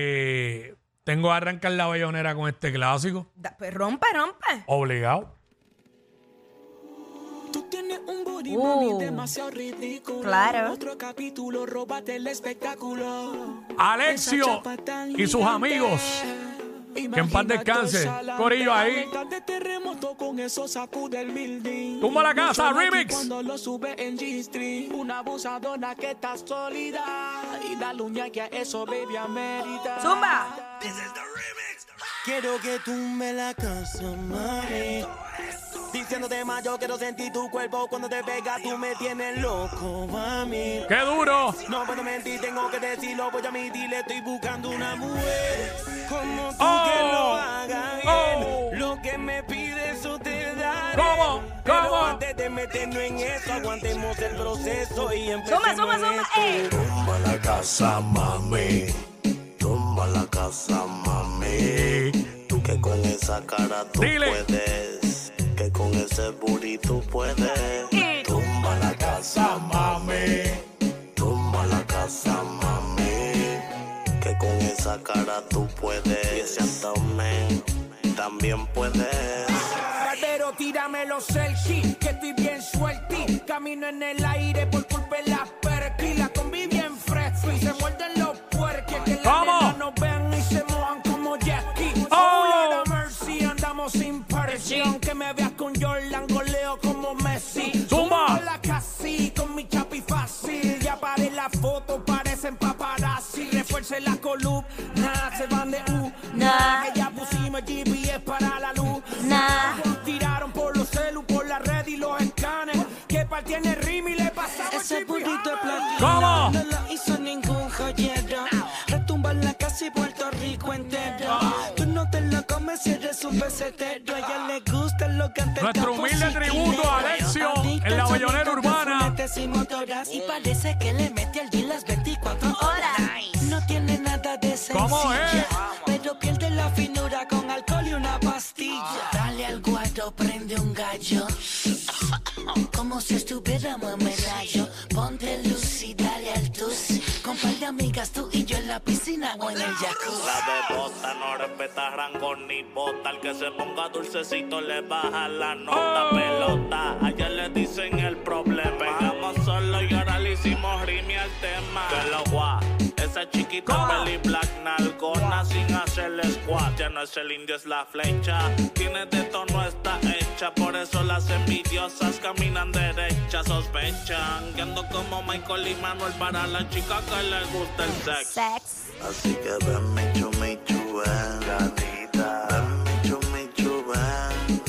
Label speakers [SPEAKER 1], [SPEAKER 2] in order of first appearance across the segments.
[SPEAKER 1] Eh, Tengo que arrancar la bayonera con este clásico.
[SPEAKER 2] Da- pues rompe, rompe.
[SPEAKER 1] Obligado.
[SPEAKER 3] Tú tienes un booty, mami,
[SPEAKER 2] Uh,
[SPEAKER 3] demasiado ridículo.
[SPEAKER 2] claro.
[SPEAKER 3] Otro capítulo, róbate el espectáculo.
[SPEAKER 1] Alexio y sus amigos.
[SPEAKER 3] Que
[SPEAKER 1] en paz descanse. Corillo ahí.
[SPEAKER 3] De este terremoto con eso sacude el building.
[SPEAKER 1] Tumba la casa,
[SPEAKER 3] Mucho like
[SPEAKER 1] remix.
[SPEAKER 3] Cuando lo sube en G-String. Una abusadona que está sólida. Y la luña que a eso, baby, amerita.
[SPEAKER 2] Zumba.
[SPEAKER 4] Quiero que tú me la casa, mami. Diciéndote más, yo quiero sentir tu cuerpo cuando te pega, tú me tienes loco, mami.
[SPEAKER 1] ¡Qué duro!
[SPEAKER 4] No puedo mentir, tengo que decirlo, pues voy a admitirle, estoy buscando una mujer como tú
[SPEAKER 1] Oh.
[SPEAKER 4] que lo haga bien.
[SPEAKER 1] Oh.
[SPEAKER 4] Lo que me pide eso te daré.
[SPEAKER 1] ¿Cómo?
[SPEAKER 4] Pero
[SPEAKER 1] ¿Cómo?
[SPEAKER 4] antes de meternos en eso, aguantemos el proceso y empecemos
[SPEAKER 2] Zumba, zumba, zumba.
[SPEAKER 4] esto.
[SPEAKER 2] ¡Ey!
[SPEAKER 5] Toma la casa, mami. Toma la casa, mami. Tú que con esa cara tú
[SPEAKER 1] Dile.
[SPEAKER 5] puedes. Que con ese burrito puedes.
[SPEAKER 2] Eh.
[SPEAKER 5] Toma la casa, mami. Toma la casa, mami. Que con esa cara tú puedes. Y ese abdomen también puedes.
[SPEAKER 6] Barbero, tírame los selfies, que estoy bien suelti. Camino en el aire por culpa de las perky. La combi bien fresco y se muerden los puerques. Que las
[SPEAKER 1] ¿Cómo?
[SPEAKER 6] nenas nos vean y se mojan como jet ski.
[SPEAKER 1] ¡Oh!
[SPEAKER 6] Full of mercy, andamos sin presión. Que me veas con Jordan, goleo como Messi.
[SPEAKER 1] ¡Zumba!
[SPEAKER 6] Con la casi, con mi chapi fácil. Ya paré la foto, parecen paparazzi. Refuerce la columna, se van de U.
[SPEAKER 2] Nah.
[SPEAKER 6] Que ya pusimos GPS para la luz.
[SPEAKER 2] Nah.
[SPEAKER 6] Tiraron por los celu, por la red y los escanes. Que partían el rim y le pasamos
[SPEAKER 3] Ese
[SPEAKER 6] el chip y
[SPEAKER 3] burrito es
[SPEAKER 6] jale.
[SPEAKER 1] ¿Cómo?
[SPEAKER 3] platino No lo hizo ningún joyero Retumba en la casa y Puerto Rico entero Tú no te lo comes si eres un pesetero A ella le gusta lo que antes
[SPEAKER 1] Nuestro humilde tributo a Alexio en la Bayonera Urbana.
[SPEAKER 3] Y parece que le mete al gym las 24 horas No tiene nada de sencilla
[SPEAKER 1] ¿Cómo es?
[SPEAKER 3] Pero pierde la finura con alcohol y una pastilla Dale al guaro, prende un gallo como si estuviéramos en medallo. Ponte luz y dale al tus. Con par de amigas tú y yo en la piscina o en el jacuzzi.
[SPEAKER 5] La bebota no respeta rango ni bota. Al que se ponga dulcecito le baja la nota. Pelota, allá le dicen el problema. Pegamos solo y ahora le hicimos rimi al tema. Que lo gua, esa chiquita peli black nalgona sin hacerle squat. Ya no es el indio, es la flecha. Tiene de todo, no está hecha. Por eso las envidiosas caminan derechas. Sospechan que ando como Michael y Manuel para la chica que le gusta el sexo.
[SPEAKER 2] Sex.
[SPEAKER 5] Así que ven, mi chumichu, ven, gatita. Ven, mi chumichu, ven.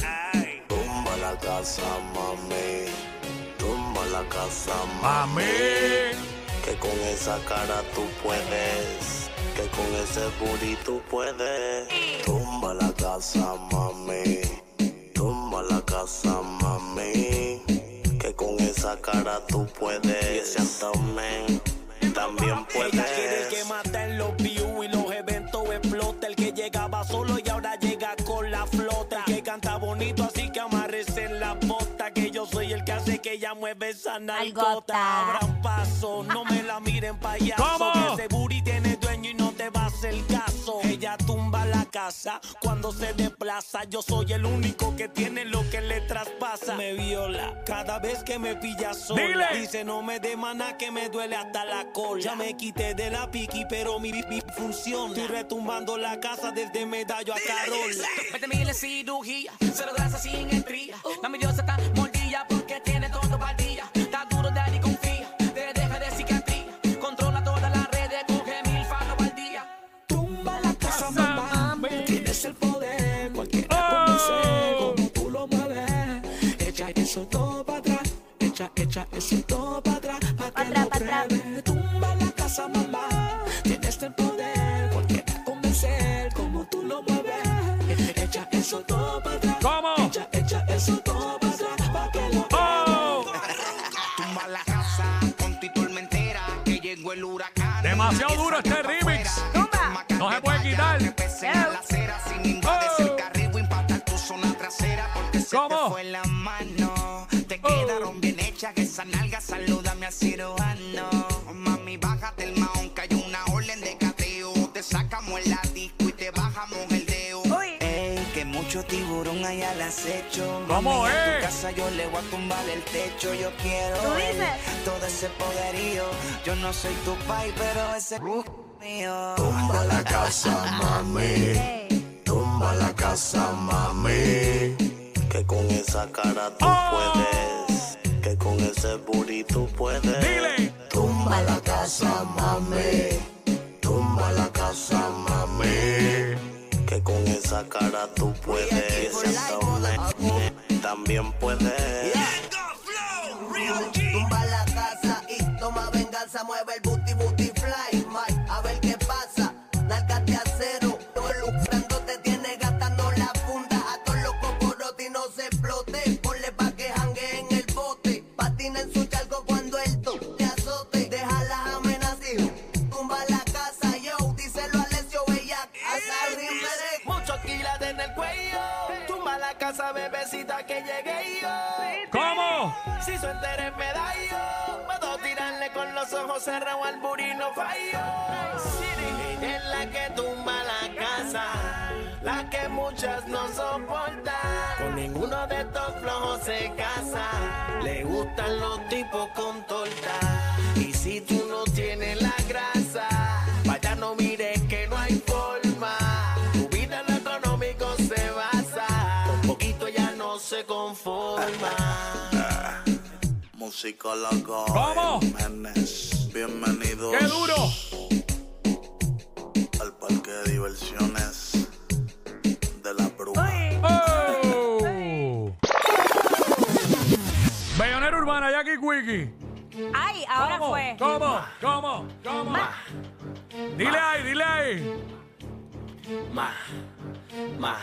[SPEAKER 5] Tumba la casa, mami. Tumba la casa, mami.
[SPEAKER 1] ¡Mami!
[SPEAKER 5] Que con esa cara tú puedes. Que con ese booty tú puedes. Tumba la casa, mami. Tumba la casa, mami. Que con esa cara tú puedes. Y ese abdomen también
[SPEAKER 4] Ella quiere el que
[SPEAKER 5] puedes.
[SPEAKER 4] mata en los views y los eventos explota. El que llegaba solo y ahora llega con la flota. El que canta bonito, así que amarrese en la bota. Que yo soy el que hace que ella mueve esa
[SPEAKER 2] Algota.
[SPEAKER 4] nalgota. Abran paso, no me la miren payaso.
[SPEAKER 1] ¿Cómo?
[SPEAKER 4] Que ese booty tiene dueño y no te va a hacer caso. Ella tumba la casa cuando se desplaza. Yo soy el único que tiene lo que le traspasa. Me viola cada vez que me pilla sola.
[SPEAKER 1] Dile.
[SPEAKER 4] Dice no me dé maná que me duele hasta la cola. Ya me quité de la piqui, pero mi pipi funciona. Estoy retumbando la casa desde medallo a Carola.
[SPEAKER 6] Vete mil cirugía, cero grasa sin estría. La envidiosa está mordida porque tiene todo para el día. Está duro, de y confía, te deja de psiquiatría. Controla todas las redes, coge mil faros para el día.
[SPEAKER 3] Tumba la casa, mamá. Tienes el poder. Cualquiera convence
[SPEAKER 1] Oh.
[SPEAKER 3] como tú lo mueves. Echa eso todo para atrás. Echa, echa eso todo para atrás. Pa' que
[SPEAKER 2] atrás,
[SPEAKER 3] lo
[SPEAKER 2] pa' atrás.
[SPEAKER 3] pruebe. Tumba la casa, mamá. Tienes el poder. Cualquiera convencer como tú lo mueves. Echa eso todo para atrás.
[SPEAKER 1] ¿Cómo?
[SPEAKER 3] Echa, echa eso todo para atrás. Pa' que lo
[SPEAKER 1] ¡Oh!
[SPEAKER 7] Tumba la casa con tu y tu mentera que llegó el huracán.
[SPEAKER 1] Demasiado
[SPEAKER 7] Nadie
[SPEAKER 1] duro
[SPEAKER 7] saca
[SPEAKER 1] este
[SPEAKER 7] pa'
[SPEAKER 1] remix.
[SPEAKER 7] fuera.
[SPEAKER 2] Tumba.
[SPEAKER 7] Toma que
[SPEAKER 1] No se
[SPEAKER 7] te
[SPEAKER 1] puede
[SPEAKER 7] vaya,
[SPEAKER 1] quitar.
[SPEAKER 7] que pese a la acera, sin invades
[SPEAKER 1] Oh.
[SPEAKER 7] el carril, voy a impactar tu zona trasera porque se
[SPEAKER 1] ¿Cómo?
[SPEAKER 7] te fue la mano. Te
[SPEAKER 1] Oh.
[SPEAKER 7] quedaron bien hechas esas nalgas, salúdame Oh, al cirujano. Mami, bájate el maón, que hay una orden de cateo. Te sacamos Estamos en la disco y te bajamos el dedo.
[SPEAKER 2] Uy.
[SPEAKER 3] Ey, que mucho tiburón hay al acecho.
[SPEAKER 1] ¿Cómo
[SPEAKER 3] Mami, en
[SPEAKER 1] es?
[SPEAKER 3] tu casa yo le voy a tumbar el techo. Yo quiero
[SPEAKER 2] ¿Tú
[SPEAKER 3] ver
[SPEAKER 2] dices?
[SPEAKER 3] todo ese poderío. Yo no soy tu pai, pero ese c- mío. Tumba la casa, mami.
[SPEAKER 8] Tumba la casa, mami.
[SPEAKER 5] Que con esa cara tú
[SPEAKER 1] Oh.
[SPEAKER 5] puedes. Que con ese booty tú puedes.
[SPEAKER 1] Dile.
[SPEAKER 8] Tumba la casa, mami. Tumba la casa, mami.
[SPEAKER 5] Que con esa cara tú puedes. También puedes.
[SPEAKER 9] Tumba la casa y toma venganza, mueve el booty booty fly, Mike, a ver qué pasa, nalgas de acero, todo lucrando te tiene gastando la funda, a todos los cocorotes y no se explote, ponle pa' que jangue en el bote, patina en su charco cuando el to te azote, deja las amenazas, hijo. tumba la casa, yo, díselo a Alessio Bellac, hasta el rimere.
[SPEAKER 6] Muchos kilos en el cuello. Tumba la casa, bebecita, que llegué yo.
[SPEAKER 1] ¿Cómo?
[SPEAKER 6] Si su entere me da yo, puedo tirarle con los ojos cerrados al burino fallo. Ella es la que tumba la casa, la que muchas no soportan. Con ninguno de estos flojos se casa, le gustan los tipos con torta. Y si tú no tienes la grasa, vaya no mires que no hay forma. Tu vida en lo económico se basa, con poquito ya no se conforma.
[SPEAKER 5] Musicólogo.
[SPEAKER 1] ¿Cómo?
[SPEAKER 5] Jiménez. Bienvenidos.
[SPEAKER 1] ¡Qué duro!
[SPEAKER 5] Al parque de diversiones de la bruja.
[SPEAKER 2] Uy.
[SPEAKER 1] ¡Oh! Bellonera Urbana, Jackie Quickie.
[SPEAKER 2] Ay, ahora
[SPEAKER 1] ¿Cómo?
[SPEAKER 2] fue.
[SPEAKER 1] ¿Cómo? ¿Cómo? ¿Cómo? Dile ahí, dile ahí.
[SPEAKER 6] Ma, ma,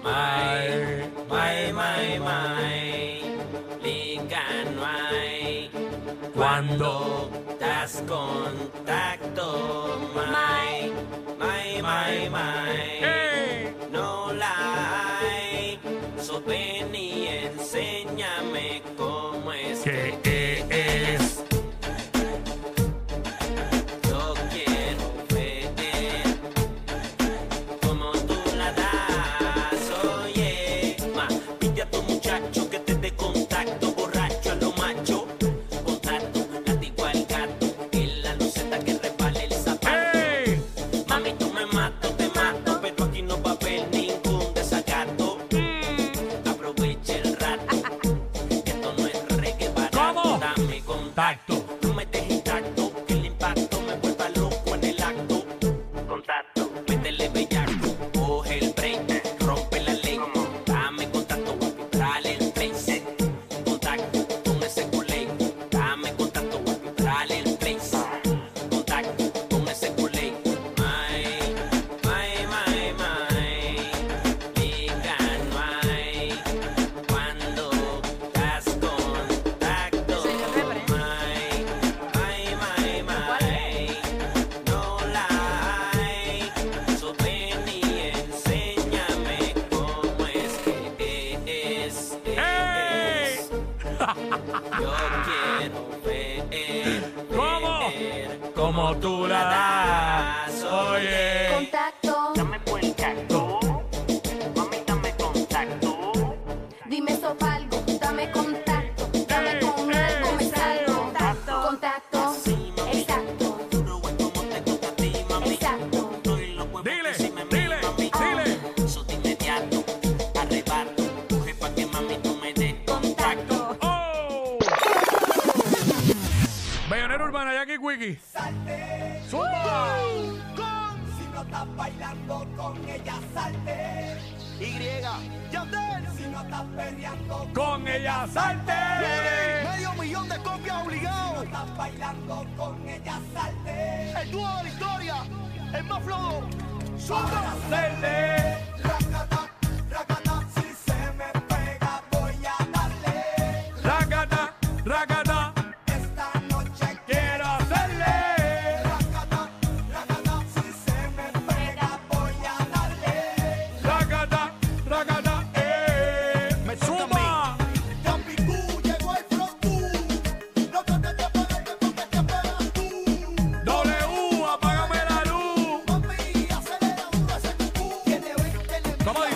[SPEAKER 6] mai, mai, mai, mai, liga no hay cuando das contacto, mai, mai, mai, mai,
[SPEAKER 1] ¡Eh!
[SPEAKER 6] no la hay, so ven y enséñame cómo es
[SPEAKER 1] ¿Qué
[SPEAKER 6] que eh,
[SPEAKER 1] es?
[SPEAKER 6] Yo quiero ver como tú la das, oye. Ma, pide a tu muchacho que te dé contacto, borracho a lo macho. Contacto, latigo al gato, en la luceta que repale el zapato.
[SPEAKER 1] ¡Eh!
[SPEAKER 6] Mami, tú me mato, te mato, pero aquí no va a haber ningún desacato. Aprovecha el rato, que esto no es reggae barato.
[SPEAKER 1] ¿Cómo?
[SPEAKER 6] Dame contacto, no me dejes intacto, que el impacto me vuelva loco en el acto. Contacto, métele bellaco, coge el break, rompe la ley. Dame contacto, voy a vibrar el place. Contacto, con ese culé. Dame contacto, voy a vibrar el place. Contacto, con ese culé. May, may, may, may. Liga no hay cuando das contacto.
[SPEAKER 2] Señor Repre.
[SPEAKER 6] May, may, may, may. No la hay. So ven y enséñame cómo es que es.
[SPEAKER 1] ¡Eh!
[SPEAKER 6] es. Yo quiero ver.
[SPEAKER 1] ¿Cómo?
[SPEAKER 6] ver
[SPEAKER 1] Como tú la das, oye.
[SPEAKER 10] Contacto,
[SPEAKER 6] Dame buen tacto. Mami, dame contacto.
[SPEAKER 10] dime eso pa' algo, dame contacto, dame con algo, me salgo.
[SPEAKER 2] Contacto.
[SPEAKER 10] Contacto, exacto,
[SPEAKER 6] Duro es como te toca a ti, mami.
[SPEAKER 10] exacto.
[SPEAKER 6] Estoy loco en
[SPEAKER 1] Dile,
[SPEAKER 6] que si me
[SPEAKER 1] dile,
[SPEAKER 6] mami.
[SPEAKER 1] dile.
[SPEAKER 6] Eso de inmediato, arrebato. Coge pa' que mami tú me des contacto.
[SPEAKER 1] ¡Oh! Bellonera Urbana, Jackie Quickie.
[SPEAKER 9] Si no estás bailando con ella, salte. Y, si no estás perreando,
[SPEAKER 1] Con ella salte.
[SPEAKER 9] medio millón de copias obligado. Si no estás bailando con ella, salte. El dúo de la historia, el más flojo. Suelta,
[SPEAKER 1] Salte.
[SPEAKER 9] racata, racata. Si se me pega, voy a darle.
[SPEAKER 1] Racata, racata.
[SPEAKER 9] Esta noche
[SPEAKER 1] Quiero hacerle.
[SPEAKER 9] Racata, racata, si se me pega voy a darle.
[SPEAKER 1] Racata, racata. Eh. Me suma.
[SPEAKER 9] Campicú llegó el flotú, no trates de apagarte porque te apagas tú.
[SPEAKER 1] W, apágame la luz.
[SPEAKER 9] Mami,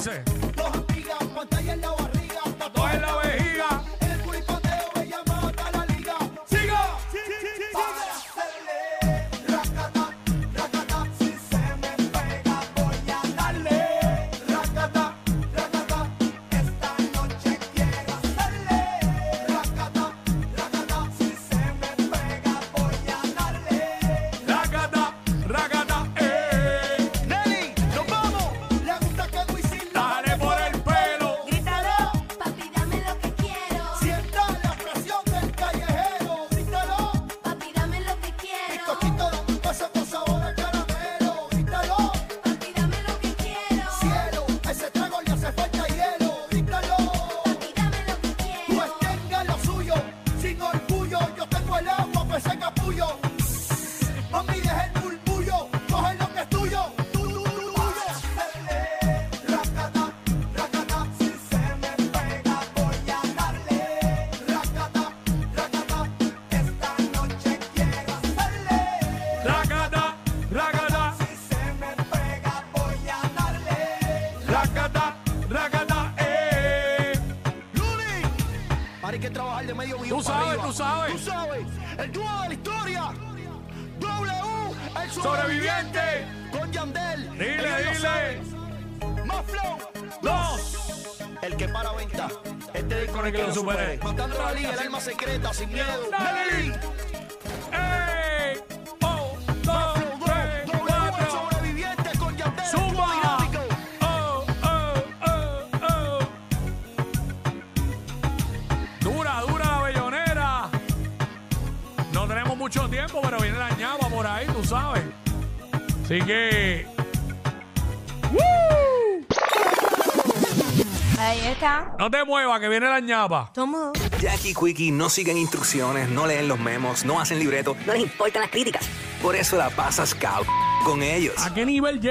[SPEAKER 1] dice?
[SPEAKER 4] Dos amigas, pantalla en la barriga,
[SPEAKER 1] Dos en la vejiga.
[SPEAKER 4] El pulipoteo me llama hasta la liga.
[SPEAKER 1] ¡Siga!
[SPEAKER 4] Para hacerle racata, racata, si se me pega voy a darle racata, racata. Esta noche quiero hacerle racata, racata, si se me pega voy a darle
[SPEAKER 1] racata, racata, eh.
[SPEAKER 4] Nelly, nos vamos. Le gusta que Wisin la
[SPEAKER 1] Dale por el pelo.
[SPEAKER 4] Grítalo,
[SPEAKER 9] Papi, dame lo que quiero.
[SPEAKER 4] sienta la presión del callejero. Grítalo.
[SPEAKER 9] Papi, dame lo que quiero.
[SPEAKER 4] Toquito de tu casa con sabor a caramelo, grítalo,
[SPEAKER 9] Papi, dame lo que quiero.
[SPEAKER 4] cielo, a ese trago le hace falta hielo, grítalo,
[SPEAKER 9] Papi, dame lo que quiero.
[SPEAKER 4] pues tenga lo suyo, sin orgullo, yo tengo el agua, pues ese capullo, mami deja el murmullo, coge lo que es tuyo, tú, tú, tú, tuyo, racata, racata, si se me pega voy a darle, racata, racata, esta noche quiero hacerle.
[SPEAKER 1] Racata, racata,
[SPEAKER 4] Se me pega, voy a darle.
[SPEAKER 1] racata, racata, eh.
[SPEAKER 4] ¡Luli! Hay que trabajar de medio millón.
[SPEAKER 1] Tú
[SPEAKER 4] para
[SPEAKER 1] sabes,
[SPEAKER 4] arriba.
[SPEAKER 1] tú sabes.
[SPEAKER 4] Tú sabes. El dúo de la historia. W, el sobreviviente.
[SPEAKER 1] Sobreviviente.
[SPEAKER 4] Con Yandel.
[SPEAKER 1] Dile,
[SPEAKER 4] Ellos lo
[SPEAKER 1] dile.
[SPEAKER 4] saben. Más flow.
[SPEAKER 1] Dos.
[SPEAKER 4] El que para venta. Este disco no hay
[SPEAKER 1] que lo supere.
[SPEAKER 4] Matando la liga, el alma secreta, sin miedo.
[SPEAKER 1] Dale. Eh. Oh, dos,
[SPEAKER 4] Flow,
[SPEAKER 1] tres,
[SPEAKER 4] W, el
[SPEAKER 1] cuatro.
[SPEAKER 4] sobreviviente con Yandel. el dúo
[SPEAKER 1] Zumba.
[SPEAKER 4] dinámico.
[SPEAKER 1] Oh, oh, oh, oh. Dura, dura la bellonera. No tenemos mucho tiempo, pero viene la ñapa por ahí, tú sabes. Así que. ¡Woo!
[SPEAKER 2] Ahí está.
[SPEAKER 1] No te muevas, que viene la ñapa.
[SPEAKER 2] Tomo.
[SPEAKER 11] Jackie y Quickie no siguen instrucciones, no leen los memos, no hacen libreto.
[SPEAKER 12] No les importan las críticas.
[SPEAKER 11] Por eso la pasas cao con ellos.
[SPEAKER 1] ¿A qué nivel llega?